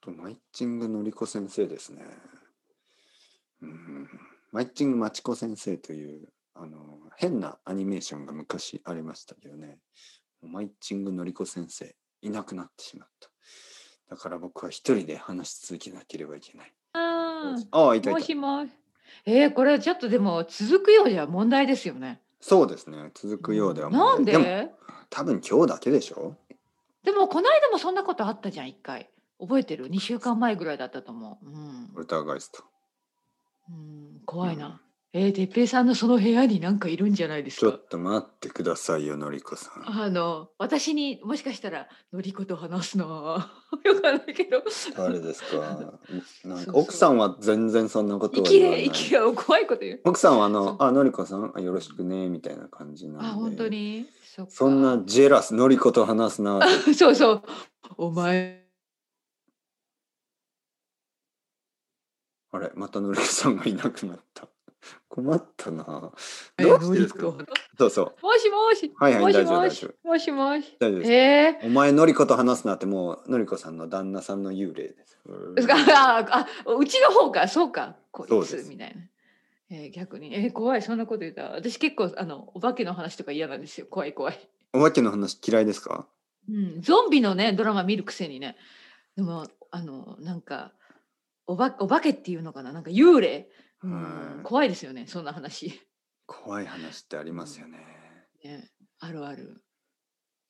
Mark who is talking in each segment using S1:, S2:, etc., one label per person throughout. S1: と、マイチングのりこ先生ですね。うん、マイチングまちこ先生という、あの、変なアニメーションが昔ありましたけどね。マイチングのりこ先生、いなくなってしまった。だから僕は一人で話し続けなければいけない。
S2: あ
S1: ああ、い
S2: あ、
S1: たい
S2: も
S1: た。
S2: しもし。えー、これちょっとでも続くようじゃ問題ですよね。
S1: そうですね。続くようでは
S2: なんで
S1: でも多分今日だけでしょ
S2: でもこの間もそんなことあったじゃん一回覚えてる2週間前ぐらいだったと思う、うん
S1: ウルターガイスト。
S2: うん、怖いな、えー、てっぺいさんのその部屋になんかいるんじゃないです
S1: ちょ
S2: か
S1: っと待ってくださいよ、のりこさん。
S2: あの私にもしかしたらの りこと話すなよくわかんないけど
S1: 誰です か。なんか
S2: そうそう
S1: 奥さんは全然そんなこと
S2: 生
S1: は
S2: き
S1: 言わな
S2: れ
S1: い
S2: 生。きれ怖いこと言う
S1: 奥さんはあ
S2: そう
S1: の、あ、のりこさん、あよろしくねみたいな感じなんで。
S2: あ本当。にそっか
S1: そんなジェラス、のりこと話すな。
S2: そうそうお前
S1: あれ、またのりこさんがいなくなった。 困ったな。どうし
S2: の
S1: てで
S2: り
S1: す
S2: こ
S1: か。そうそう。
S2: もしもし
S1: はいはい
S2: もし
S1: 大丈夫
S2: も
S1: 大
S2: し
S1: 丈
S2: もしもし
S1: 大丈夫です。
S2: えー
S1: お前のりこと話すなってもうのりこさんの旦那さんの幽霊です。
S2: ですかああうちの方かそうかこい
S1: そう
S2: つ
S1: です
S2: みたいな、えー逆にえー怖いそんなこと言ったら私結構あのお化けの話とか嫌なんですよ怖い怖い、
S1: お化けの話嫌いですか？
S2: うん、ゾンビのねドラマ見るくせにねでもあのなんかおばお化けっていうのかななんか幽霊、うん
S1: はい
S2: 怖いですよねそんな話、
S1: 怖い話ってありますよね。
S2: ね、あるある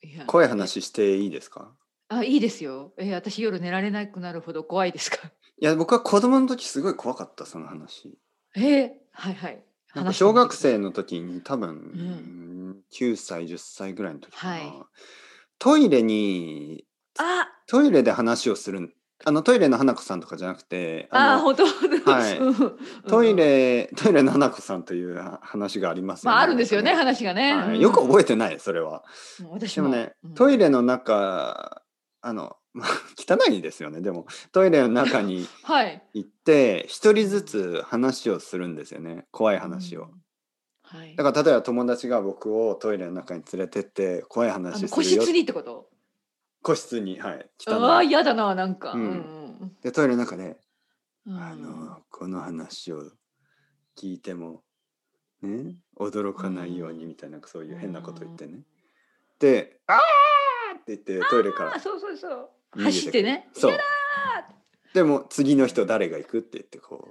S2: いや
S1: 怖い話していいですか？
S2: あいいですよ、えー私夜寝られなくなるほど怖いですか
S1: いや僕は子供の時すごい怖かったその話。
S2: えー、はいはい
S1: なんか
S2: 話して
S1: 小
S2: みてくだ
S1: 学
S2: さい
S1: 生の時に多分、
S2: うん
S1: うん9歳10歳ぐらいの時かな、
S2: はい
S1: トイレに
S2: あ
S1: トイレで話をするあのトイレの花子さんとかじゃなくて
S2: ああ
S1: の
S2: 本当、
S1: はい
S2: い
S1: トイ、レトイレの花子さんという話があります
S2: まああるんですよね話がね、
S1: はいよく覚
S2: え
S1: えてないそれは。
S2: て私
S1: で
S2: も
S1: もね、ト
S2: レ
S1: イレの中あのまあ 汚いですよねでもトイレの中に
S2: はい
S1: 行って一人ずつ話をするんですよね怖い話を。
S2: はい
S1: だから例えば友達が僕をトイレの中に連れてって怖い
S2: あ
S1: 話
S2: の
S1: す
S2: 個
S1: るよ
S2: 室にってこと
S1: 個室にはい来た
S2: あ
S1: の
S2: あ嫌だななんか、
S1: うん
S2: うん
S1: でトイレの中で、
S2: うんうん
S1: あのこの話を聞いてもね驚かないようにみたいなそういう変なこと言ってねで「あー!」って言ってトイレか
S2: あ
S1: ら
S2: そうそうそう
S1: 逃げてくる
S2: 走ってね
S1: そう
S2: 嫌だ
S1: でも次の人誰が行くって言ってこ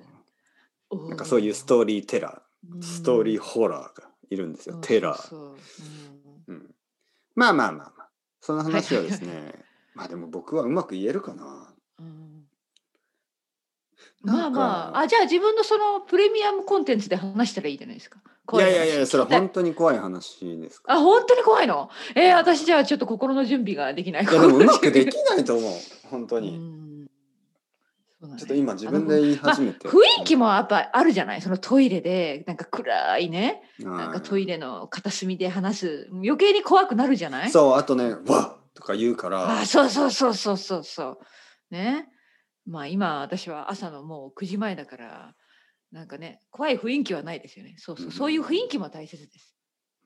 S1: う
S2: な
S1: なんかそういうストーリーテラーストーリー
S2: ー
S1: ホラーがいるんですよテラー。うんまあまあまあまあその話はです
S2: はい
S1: ね まあでも僕はうまく言えるかな。
S2: まあまああじゃあ自分のそのプレミアムコンテンツで話したらいいじゃないですか
S1: い
S2: 怖
S1: や
S2: 話
S1: いやいやそれは
S2: 聞きたい
S1: 本当に怖い話ですから
S2: あ、本当に怖いの。えー、私じゃあちょっと心の準備ができない。
S1: いやでもうまく
S2: 心の準備
S1: できないと思う本当
S2: う
S1: に、
S2: んそうだね
S1: ちょっと今自分で言い始めて、
S2: あの雰囲気もやっぱあるじゃないそのトイレでなんか暗いねなんかトイ
S1: レ
S2: レの片隅で話す余計に怖くなるじゃない
S1: そうあとね「わっ!」とか言うから
S2: あそうそうそうそうそうそうねまあ今私は朝のもう9時前だからなんかね怖い雰囲気はないですよねそうそう、
S1: うん
S2: そういう雰囲気も大切です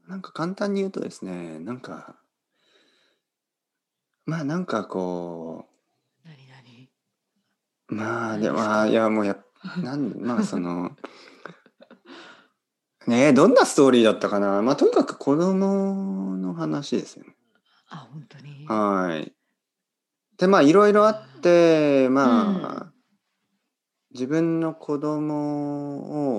S1: なんか簡単に言うとですねなんかまあなんかこ
S2: 何何
S1: うまあ
S2: 何
S1: で
S2: です
S1: も
S2: か
S1: まあいやもうや なんまあそのねえどんなストーリーだったかなまあとにかく子供の話ですよね
S2: あ本当に
S1: はい。でまあいろいろあってまあ、
S2: う
S1: 自分の子供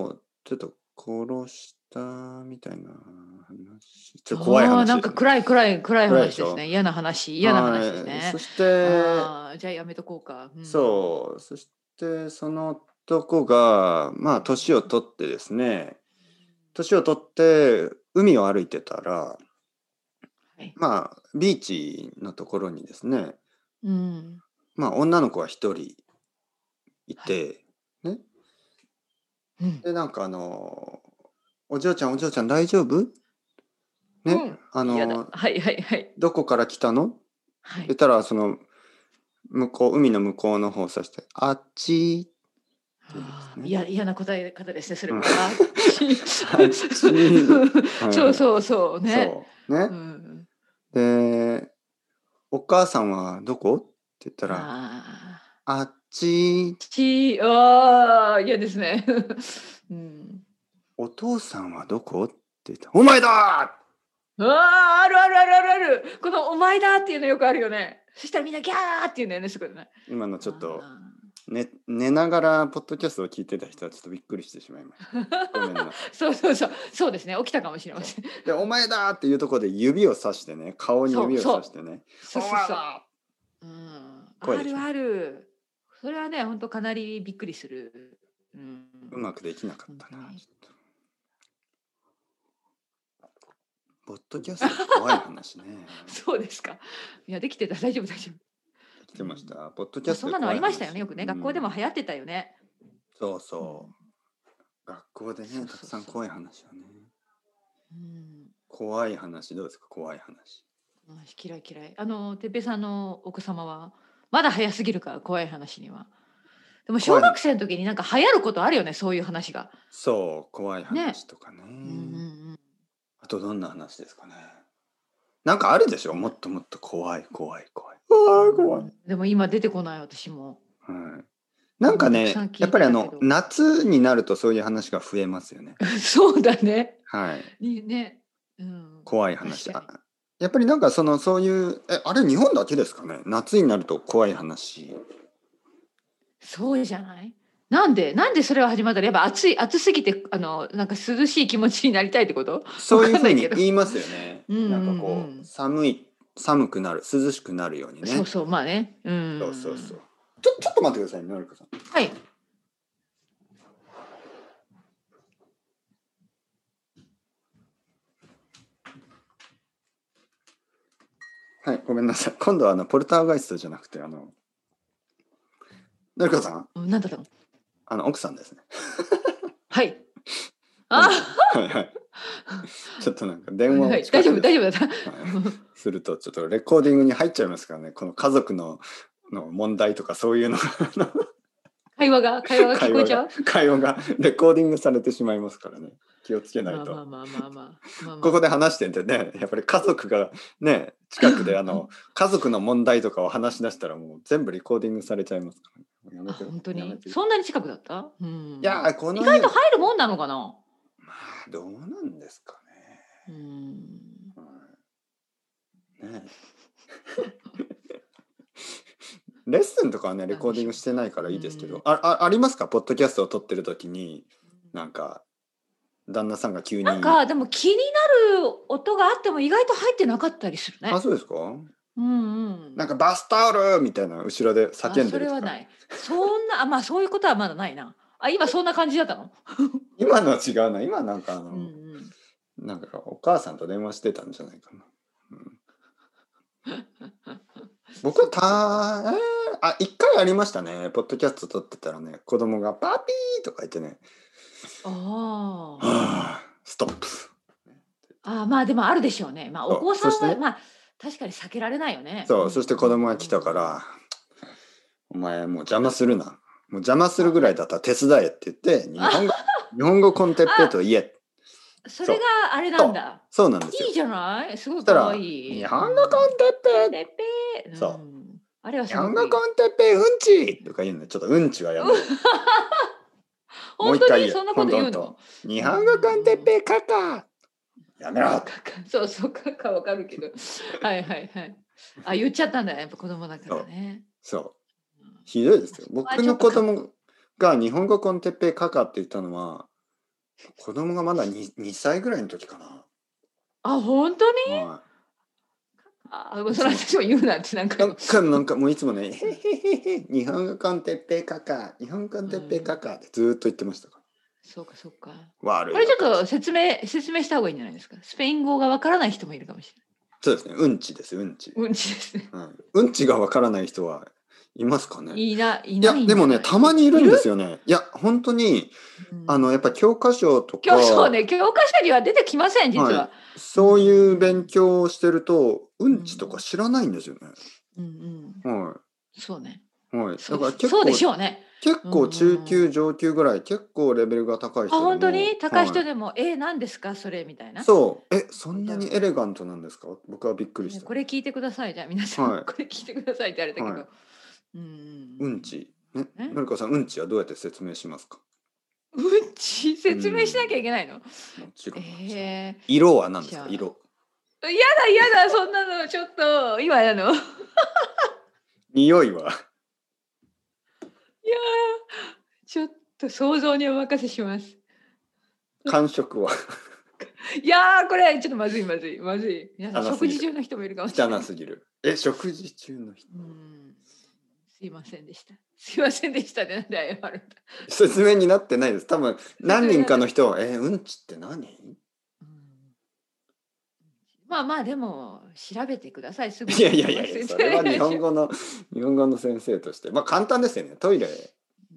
S1: をちょっと殺したみたいな話ちょっと怖い話
S2: あーなんか暗い暗い暗
S1: 暗
S2: い
S1: いで
S2: 話
S1: し
S2: で
S1: ょ
S2: すね。嫌な話、嫌な話です
S1: はい
S2: ね
S1: そ。して
S2: あーじゃあやめとこうか。うん
S1: そうそしてその男がまあ年を取ってですね年を取って海を歩いてたら、
S2: はい
S1: まあビーチのところにですね
S2: うん。
S1: まあ女の子は一人いて、
S2: うん。
S1: でなんかあのお嬢ちゃんお嬢ちゃん大丈夫?」ね、
S2: うん
S1: あ
S2: 嫌だ
S1: の
S2: はいはいはい。
S1: どこから来たの?」
S2: は
S1: って
S2: い
S1: 言っ。たらその向こう海の向こうの方を指して「あっち」
S2: あ
S1: ていうんです
S2: ー
S1: ね
S2: いや嫌な答え方ですね。それ
S1: う
S2: は
S1: ん。
S2: あそうそうそうね。
S1: そうね、
S2: うん。
S1: で「お母さんはどこ?」って言ったら「
S2: あ
S1: ああっち
S2: ち、ああ、嫌ですね。 うん。
S1: お父さんはどこって言ったお前だ
S2: ああ、あるあるあるあるある。このお前だっていうのよくあるよね。そしたらみんなギャーっていうんだよね、すごいね。
S1: 今のちょっと
S2: あ
S1: 寝寝ながらポッドキャストを聞いてた人はちょっとびっくりしてしまいました。 ごめんなさい。
S2: ー。そうそうそう、そうですね。起きたかもしれません。
S1: で、お前だっていうところで指をさしてね、顔に指をさしてね。
S2: そうそう
S1: お前
S2: そう。
S1: だ
S2: うん。
S1: 声
S2: あ
S1: でしょ
S2: るある。それはね、本当かなりびっくりする。うん。
S1: うまくできなかったな
S2: 本当。に
S1: ちょっとポッドキャスト怖い話ね。
S2: そうですか。いや、できてた、大丈夫、大丈夫。
S1: 来てました。ポッドキャ
S2: まあ
S1: スト
S2: そんなのありましたよね、よくね。
S1: うん
S2: 学校でも流行ってたよね。
S1: そうそう。学校で
S2: そう
S1: ね、
S2: そ
S1: た
S2: う
S1: くさん怖い話をね。
S2: うん。
S1: 怖い話、どうですか怖い話。
S2: うん嫌い嫌い。あの、てっぺいさんのお子様は、まだ早すぎるから、怖い話には。でも、小学生の時になんか流行ることあるよね、そういう話が。
S1: そう、怖い話とかね。
S2: うんうん
S1: あとどんな話ですかね。なんかあるでしょもっともっと怖い怖い怖い。ああ、
S2: う
S1: 怖い。
S2: ん。でも、今出てこない、私も。
S1: はい。なんか
S2: た
S1: ね
S2: くさん聞い、
S1: やっぱりあ
S2: た
S1: の
S2: けど
S1: 夏になるとそういう話が増えますよね。
S2: そうだね。
S1: はい。
S2: にね。うん。
S1: 怖い話。あ
S2: 確か
S1: やっぱりなんかそのそういうえあれ日本だけですかね。夏になると怖い話。
S2: そうじゃないなんでなんでそれは始まったらやっぱ暑い暑すぎてあのなんか涼しい気持ちになりたいってこと
S1: そういうふうに
S2: わかんないけど
S1: 言いますよね。
S2: うんうん
S1: な
S2: うんん
S1: かこう寒い寒くなる涼しくなるようにね。
S2: そうそうまあね。うん。
S1: そうそうそう。ちょちょっと待ってくださいね、のりこさん。
S2: はい。
S1: はい、ごめんなさい。今度はあのポルターガイストじゃなくて、あの、のりこさん、
S2: うんなんだったの。
S1: あの奥さんですね。
S2: はい。あ
S1: はいはい。 ちょっとなんか電話を
S2: はい大丈夫大丈夫だった。
S1: 夫、はいすると、ちょっとレコーディングに入っちゃいますからね、この家族のの問題とかそういうのが、あの
S2: 会話が会話が聞こえちゃう。
S1: 会話がレコーディングされてしまいますからね、気をつけ
S2: ま
S1: な
S2: あ
S1: い
S2: ま
S1: と。
S2: あまあまあまあまあまあ。
S1: ここで話しててね、 やっぱり家族がね、近くであの家族の問題とかを話し出したらもう全部レコーディングされちゃいますから、ね。や
S2: あ
S1: めて
S2: 本当
S1: やめ
S2: に
S1: て
S2: そんなに近くだった。う
S1: い
S2: ん。
S1: やーこ
S2: 意
S1: の
S2: 外
S1: 家
S2: と入るもんなのかな。
S1: まあどうなんですか
S2: うん。
S1: ね。うん、ね えレッスンとかはねレコーディングしてないからいいですけど、
S2: うん
S1: ああありますかポッドキャストを撮ってる時になんか旦那さんが急に
S2: なんかでも気になる音があっても意外と入ってなかったりするね
S1: あ。そうですか
S2: うんうん。
S1: なんかバスタオルみたいな後ろで叫んでる
S2: あそれはない。そんなあまあそういうことはまだないな。あ今そんな感じだったの。
S1: 今のは違うな今なんかあの、
S2: うんうん。
S1: なんかお母さんと電話してたんじゃないかな。うん、僕はたえーあ一回ありましたね。ポッドキャスト撮ってたらね、子供がパピーとか言ってね、
S2: ああ。
S1: はあストップ。
S2: あーまあでもあるでしょうね。まあ
S1: そう
S2: お子さん
S1: そしてね
S2: はまあ確かに避けられないよね。
S1: そう、
S2: ん
S1: そして子供が来たか。ら、お前もう邪魔するな。もう邪魔するぐらいだったら手伝えって言って、日本 語日本語コンテッペイと言え。
S2: それがあれなんだ。
S1: そうなんですよ
S2: いい。じゃない。すご
S1: そ
S2: い
S1: したら
S2: 可愛い。
S1: 日本語コンテッペイ
S2: ペペー。。
S1: そうん
S2: あれは
S1: 日
S2: すご
S1: 本
S2: く
S1: 語
S2: いい
S1: コンテッペイうんちとか言うのちょっとうんちはやめようもう
S2: 本
S1: 一回
S2: 当
S1: 言
S2: に
S1: え
S2: そんなこと言う
S1: ほんと
S2: の。
S1: 日本語コンテッペイカカやめろ
S2: かかそうそうかかわかるけど。はいはいはい。あ言っちゃったんだね。やっぱ子供だからね。
S1: そう
S2: うん
S1: ひどいですよ
S2: そこは
S1: 僕
S2: ちょ
S1: の
S2: っと
S1: 子供が日本語コンテッペイカカって言ったのは子供がまだ 2, 2歳ぐらいの時か
S2: あ本当に。
S1: な、は
S2: ああ、それ私も言うなんて、なん
S1: い、なん
S2: か。
S1: かなんかもういつもね「へへへへ日本語コンテッペイカカ日本語コンテッペイカカ」ってずーっと言ってましたから
S2: そうか、そうか。
S1: 悪い
S2: あれちょっと説明、説明した方がいいんじゃないですか。スペイン語がわからない人もいるかもし
S1: そうですねうんちですうんち、
S2: れない。うんちですね。
S1: うん、うんちがわからない人はいますかね
S2: いな、い
S1: いや
S2: ないんじ
S1: で
S2: ゃ
S1: も
S2: ない。
S1: ねたまにいるんですよねいや本当に
S2: うん。
S1: あのやっぱ教科書とか
S2: 教そうね、教科書には出てきません、実は。
S1: はそういう勉強をしてるとうんちとか知らないんですよね。
S2: うんうん。
S1: は
S2: そうね。
S1: いはい。
S2: そ
S1: だ
S2: う
S1: から結
S2: そう
S1: 構
S2: でしょうね。
S1: 結構中級上級ぐらい結構レベルが高い人
S2: あ、
S1: でも
S2: 本当に高い人
S1: は
S2: でも、えー、何ですか、それみたいな。
S1: そうえそんなにエレガントなんですか僕はびっくりし
S2: ね
S1: た。
S2: これ聞いてください、じゃあ皆さん、
S1: はい
S2: これ聞いてくださいってあれだけど、
S1: はい
S2: うん
S1: うんち、ね、
S2: え
S1: のりこさん、うんちはどうやって説明しますか
S2: うんち説明しなきゃいけないの、
S1: もちろん。
S2: え
S1: 色は何ですか
S2: じゃあ
S1: 色。
S2: ー、やだやだそんなのちょっと今やのいや ー
S1: 匂いは
S2: ちょっと想像にお任せします
S1: 感触はい
S2: やーこれちょっとまずいまずいまずい皆さん
S1: 話す
S2: 食
S1: ぎる
S2: 事中の人もいるかもしれな
S1: 汚
S2: い
S1: すぎる。え、食事中の人。
S2: うんすいませんでしたすいませんでしたねなんで謝るんだ、
S1: 説明になってないです。多分何人かの人は、え、うんちって何
S2: うん、まあまあでも調べてくださいすぐ
S1: いやいやいや いや、それは日本語の、日本語の先生として。まあ簡単ですよね。トイレ、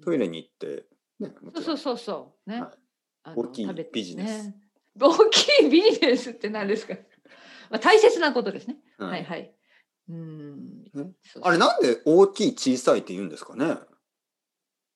S1: トイレに行って、ね、も
S2: そ
S1: ちろ
S2: うそうんそうそうね、
S1: はい
S2: あの
S1: 大きい
S2: 食べて
S1: ビジネス
S2: ね大きいビジネスって何ですか、 まあ、大切なことですね、
S1: うん
S2: はいはいうん
S1: ね
S2: そうそう
S1: あれなんで大きい小さいって言うんですかね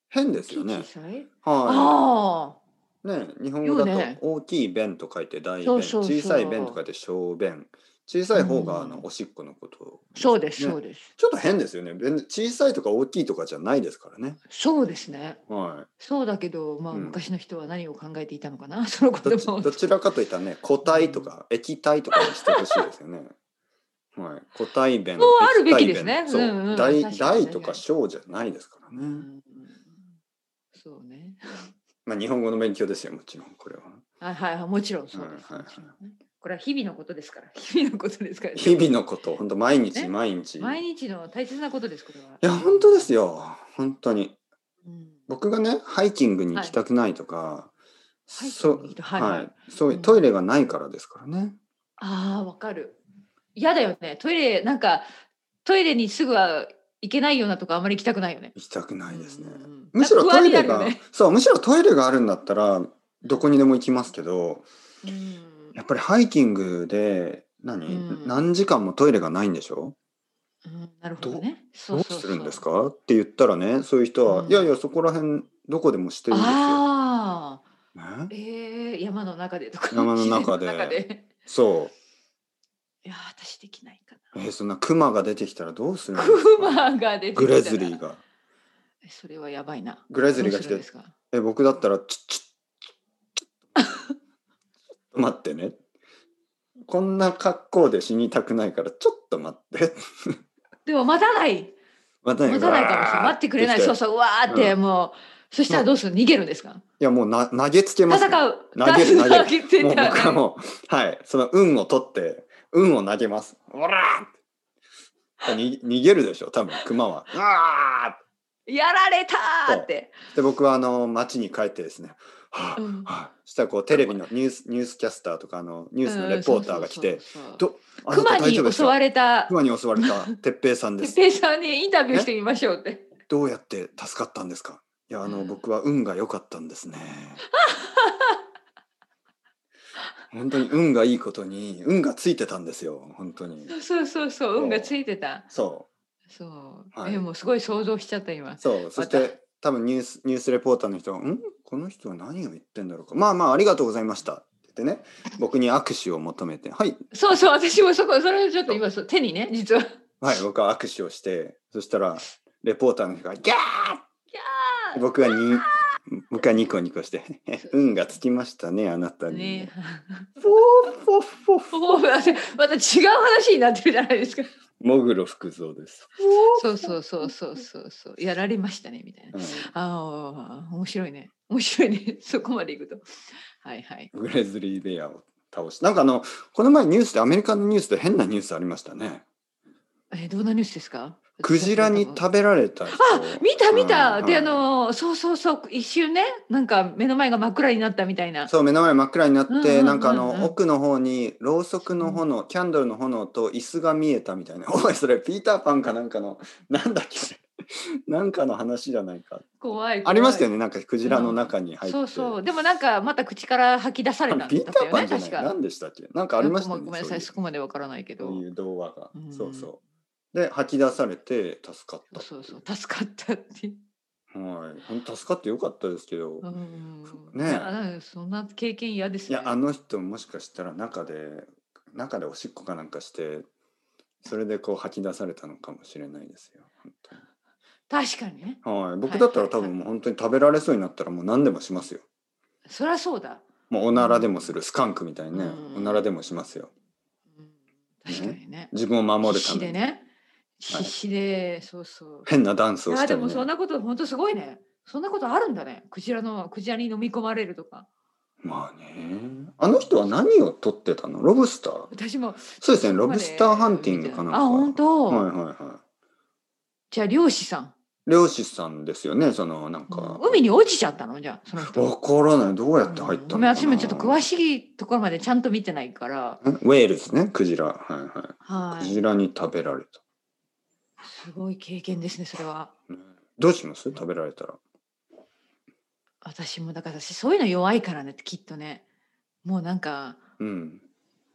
S1: 変で
S2: 大
S1: す
S2: きい
S1: よね
S2: 小。さい
S1: は
S2: あ
S1: い。ね、日本語だ
S2: よ
S1: と
S2: ね
S1: 大きい便と書いて大便、
S2: そうそうそう
S1: 小さい便と書いて小便。小さい方があ
S2: う
S1: の
S2: ん
S1: おしっこのこと。
S2: あそうです、
S1: ね
S2: そうです
S1: ちょっと変ですよね。便小さいとか大きいとかじゃないですからね。
S2: そうですね
S1: は
S2: そうだけど、まあ、
S1: うん
S2: 昔の人は何を考えていたのかな、 その
S1: い。ど
S2: 言
S1: っち
S2: 葉を。
S1: どちらかといったらね、固体とか液体とかにしてほしいですよね。 はい。固体便。
S2: もうあるべき
S1: 液体便
S2: ですね
S1: そう。
S2: うんうん
S1: 大
S2: 確かに
S1: 大とか小じゃないですから
S2: う
S1: ね。
S2: んそうね。
S1: まあ日本語の勉強ですよ、もちろんこれは。
S2: はいはいはい、もちろんそうです。
S1: はいはいはい
S2: もちろんねこれは日々のことですから。日々のことですから。
S1: 日々のこと、本当毎日
S2: ね
S1: 毎日。
S2: 毎
S1: い
S2: 日の大切なことです、これは。
S1: や、本当ですよ。本当に。
S2: うん。
S1: 僕がね、ハイキングに行きたくないとか、
S2: ハイキング
S1: そう
S2: に行き、た
S1: は、
S2: はいいはい
S1: そうう、
S2: ん
S1: トイレがないからですからね。
S2: ああ、わかる。嫌だよね。トイレ、なんか、トイレにすぐは行けないようなとこ、あんまり行きたくないよね。
S1: 行きたくないですね。
S2: うんうん
S1: むしろ
S2: な
S1: ト
S2: んか不安
S1: イ
S2: にな
S1: レ
S2: るよ
S1: が、
S2: ね
S1: そう、むしろトイレがあるんだったら、どこにでも行きますけど、
S2: うん
S1: やっぱりハイキングで、何、
S2: うん
S1: 何時間もトイレがないんでしょ
S2: うんなるほどね。そ
S1: どう
S2: うそう
S1: す
S2: そう
S1: るんですかって言ったらね、そういう人は、
S2: うん
S1: いやいや、そこら辺、どこでもしてるんですよ。
S2: ああ。
S1: ね
S2: えー、山の中でとか
S1: 山の中で
S2: 自然の
S1: そう。
S2: いやー私できないか
S1: えーそんなクマが出てきたらどうする
S2: な
S1: の
S2: クマが出てきた
S1: グ
S2: ら
S1: レズリーが
S2: えそれはやばいな
S1: グレズリーが
S2: ど
S1: 来
S2: うするん
S1: て
S2: ですか
S1: え僕だったらちょちょちょ待ってねこんな格好で死にたくないからちょっと待って
S2: でも待たない
S1: 待た
S2: 待たないかもしれない
S1: わー
S2: 待ってくれない
S1: てきて
S2: そうそううわーってもう、そしたらどうする逃げるんですか
S1: いやもうな投げつけます
S2: 戦
S1: ね、
S2: う
S1: 投げる投げる
S2: げて
S1: もう
S2: たら
S1: 僕はもうはいその運を取って運を投げますおらーってに逃げるでしょ多分クマはうわーって
S2: やられたーって、
S1: で僕はあの町に帰ってですね、はあ
S2: うん
S1: はあ、そしたらこうテレビのニュースニュースキャスターとかあのニュースのレポーターが来て
S2: うんそうそうそう
S1: ど「あな
S2: クマ
S1: た大丈夫
S2: に
S1: です
S2: 襲
S1: か
S2: われた
S1: 熊に襲われ た哲平さんで
S2: 哲
S1: す
S2: 平さんにインタビューしてみましょうって、
S1: どうやって助かったんですかいやあの僕は運が良かったんですね本当に運がいいことに運がついてたんですよ本当に
S2: そうそうそう運がついてた
S1: そ
S2: そう、
S1: はい
S2: えもうすごい想像しちゃった今
S1: うそうそして多分ニュースニュースレポーターの人は「んこの人は何を言ってんだろうかまあまあありがとうございました」って言ってね僕に握手を求めて「はい
S2: そうそう、私もそこ、それをちょっと今、そう手にね、実は。
S1: はい、僕は握手をして、そしたら、レポーターの人が、ギャー
S2: い
S1: 僕はに、僕はニコニコして、 運がつきましたね、あなた
S2: やー
S1: に。
S2: ね
S1: フォーフォーフォーフォ
S2: もうだってまた違う話になってるじゃないですか。
S1: ーもぐろ福蔵です。
S2: そうそうそうそうそうそう、やられましたねみたいな。
S1: うん
S2: ああ、面白いね。面白いね。 そこまでいくと。はいはい。
S1: グレズリーベアを倒して。なんかあの、この前ニュースで、アメリカのニュースで変なニュースありましたね。
S2: えーどんなニュースですか。
S1: クジラに食べられた人。
S2: あ、見た見た、
S1: うん
S2: で、あ
S1: うん
S2: の、そうそうそう、一瞬ね、なんか目の前が真っ暗になったみたいな。
S1: そう目の前真っ暗になって、
S2: うんうんうんうん
S1: なんかあの奥の方にろうそくの炎、キャンドルの炎と椅子が見えたみたいな「 おいそれピーターパンかなんかのなんだっけ あれなんかの話じゃないか
S2: 怖い」
S1: ありましたよ
S2: ね。
S1: ねなんかクジラの中に入って、
S2: そうそう、でもなんか、また口から吐き出され
S1: あ
S2: た
S1: の
S2: んだっ
S1: ピ
S2: た
S1: ーター
S2: よ
S1: パ
S2: ね、
S1: ンじゃな
S2: 確
S1: い
S2: か。
S1: 何でしたっけなんかありました
S2: よ
S1: よね
S2: くごめんなさい、そ
S1: そ
S2: こまでわからないけど。
S1: ういうそういう動画が、
S2: うん
S1: そうそうで吐き出されて助かった
S2: そうそうそう、助かったって。
S1: はい本当助かってよかったですけど、
S2: うん
S1: ねえ
S2: ななんかそんな経験嫌です
S1: い
S2: ね。
S1: やあの人もしかしたら中で中でおしっこかなんかしてそれでこう吐き出されたのかもしれないですよ。本当に
S2: 確かにね
S1: はい、僕だったら多
S2: はいは
S1: 分
S2: いはい
S1: もう本当に食べられそうになったらもう何でもしますよ。
S2: そりゃそうだ、
S1: もうおならでもするスカンクみたいにね、
S2: うん
S1: おならでもしますよ。
S2: うん、確かにね
S1: 自分を守るた
S2: 必死
S1: めに、
S2: でね
S1: はい
S2: 必死で、そうそう
S1: 変なダンスを
S2: あ
S1: し
S2: で
S1: たり、
S2: もそん
S1: ね、
S2: なこと本当すごいねそんなことあるんだねクジラのクジラに飲み込まれるとか
S1: まあねあの人は何を取ってたのロブスター
S2: 私も
S1: そうですねロブスターハンティングかなんか
S2: あ本当、
S1: はいはいは
S2: じゃあ漁師さん、
S1: い漁師さんですよねそのなん
S2: うん
S1: か、
S2: 海に落ちちゃったのじゃあその人
S1: わからないどうやって入ったのかな、
S2: ごめん私もちょっと詳
S1: しい
S2: しいところまでちゃんと見てないから
S1: ウェールズねクジラはいは
S2: はい
S1: ク
S2: い
S1: ジラに食べられた、
S2: すごい経験ですねそれは
S1: ねどうします食べられたら
S2: 私もだから私そういうの弱いからねきっとねもうなんか
S1: うん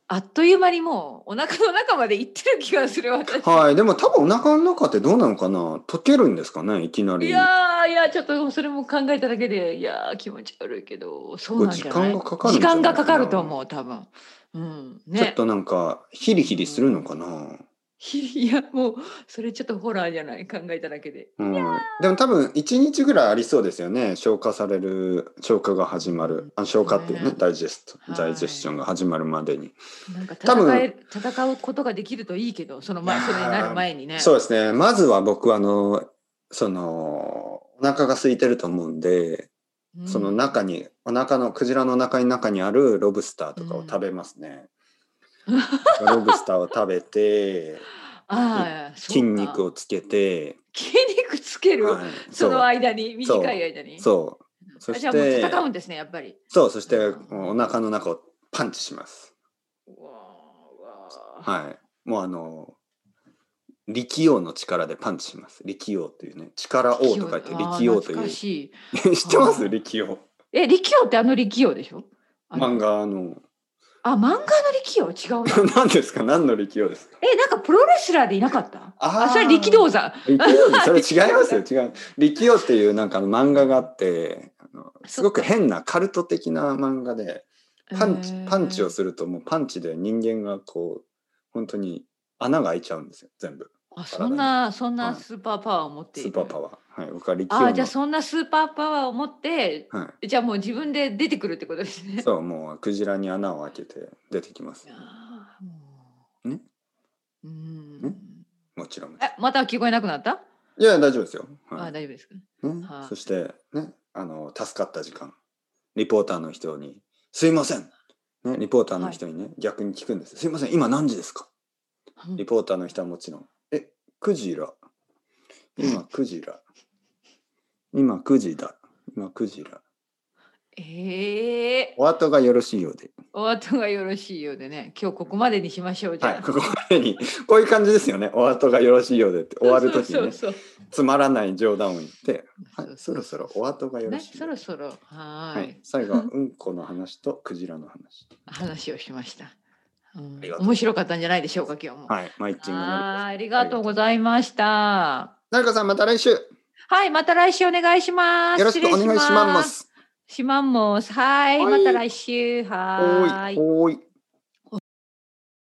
S2: あっという間にもうお腹の中まで行ってる気がする私
S1: はいでも多分お腹の中ってどうなのかな溶けるんですかねいきなり
S2: いやーいやちょっとそれも考えただけでいやー気持ち悪いけどそうなんじゃな
S1: 時間
S2: い
S1: がかかるんじゃない
S2: 時間がかかると思う多分うん
S1: ちょっ
S2: ね
S1: となんかヒリヒリするのかな、
S2: いやもうそれちょっとホラーじゃない考えただけで
S1: うん、でも多分1日ぐらいありそうですよね消化される消化が始まるあ消化っていうね
S2: ね
S1: ダイジェスト、
S2: はい
S1: ダイジェスションが始まるまでに、
S2: なんか
S1: 多分
S2: 戦え戦うことができるといいけどその前
S1: いや
S2: そ
S1: ー
S2: れになる前にね
S1: そうですねまずは僕はあのそのお腹が空いてると思うんで、
S2: うん
S1: その中にお腹のクジラの中に中にあるロブスターとかを食べますね、ロブスターを食べ て
S2: あー
S1: 筋肉
S2: を
S1: をつけて、
S2: 筋肉つける
S1: はい
S2: その
S1: そ
S2: 間に
S1: そう
S2: 短い間に
S1: うそうそ
S2: あ
S1: し
S2: じゃあもう
S1: て
S2: 戦うんですねやっぱり
S1: そうそして
S2: うん
S1: お腹の中をパンチします
S2: うわーうわー
S1: はい。もうあの、力王の力でパンチします。力王というね、力王と書いて力王と
S2: あー懐
S1: い
S2: か
S1: う。
S2: し
S1: 知
S2: い
S1: ってま
S2: あー
S1: す力王。
S2: え、力王ってあの力王でしょあの
S1: 漫画の、
S2: あ、漫画の力王違うな。
S1: 何ですか何の力王ですか
S2: え、なんかプロレスラーでいなかったあ
S1: あー
S2: それ力道山。
S1: 力王でそれ違い ますよ、違う。力王っていうなんかあの漫画があって、あのすごく変なカルト的な漫画で、パンチ、パンチを
S2: へー
S1: するともうパンチで人間がこう、本当に穴が開いちゃうんですよ、全部。
S2: あそんな、そん
S1: は
S2: ないスーパーパワーを持ってい
S1: ス
S2: る。
S1: ーパーパワー。はい、僕は力王
S2: あ
S1: の。
S2: ーじゃあそんなスーパーパワーを持って、
S1: はい。
S2: じゃあもう自分で出てくるってことですね。
S1: そう、もうクジラに穴を開けて出てきます。
S2: あーもう
S1: ね
S2: うー
S1: ね
S2: ん。
S1: もちろん。
S2: え、また聞こえなくなった
S1: いや、大丈夫ですよ。
S2: あ
S1: は
S2: ー
S1: い。
S2: 大丈夫ですか
S1: ね
S2: はい
S1: そして、ね、あの、助かった時間。リポーターの人に、すいません。ね、リポーターの人にね、逆に聞くんです。すいません、今何時ですか
S2: うん
S1: リポーターの人はもちろん。え、クジラ。今クジラ。今9時だ。今9時だ。
S2: ええ
S1: お後がよろしいようで。
S2: お後がよろしいようでね、今日ここまでにしましょうじ
S1: はい、
S2: ゃあ。
S1: ここまでに、こういう感じですよね。お後がよろしいようでって、終わる時
S2: そ
S1: に
S2: う
S1: ね、
S2: そうそう
S1: つまらない冗談を言って、
S2: そ、
S1: はいうそろそろお後がよろ
S2: ね、
S1: しい。
S2: そろそろはー、
S1: はいい、最後はうんこの話とクジラの話。
S2: 話をしました、うん
S1: りがとう
S2: 面白かったんじゃないでしょうか今日も。
S1: はい、マイチングのりこさ
S2: は
S1: ん
S2: ーいありがとうございました。
S1: なるかさん、また来週。よ
S2: はいまた来週お願いします。
S1: ろしくお願いし
S2: 失礼
S1: ま。
S2: しますす。しまんもすはい
S1: はい
S2: また来週は
S1: お
S2: ー
S1: ーい、おーい。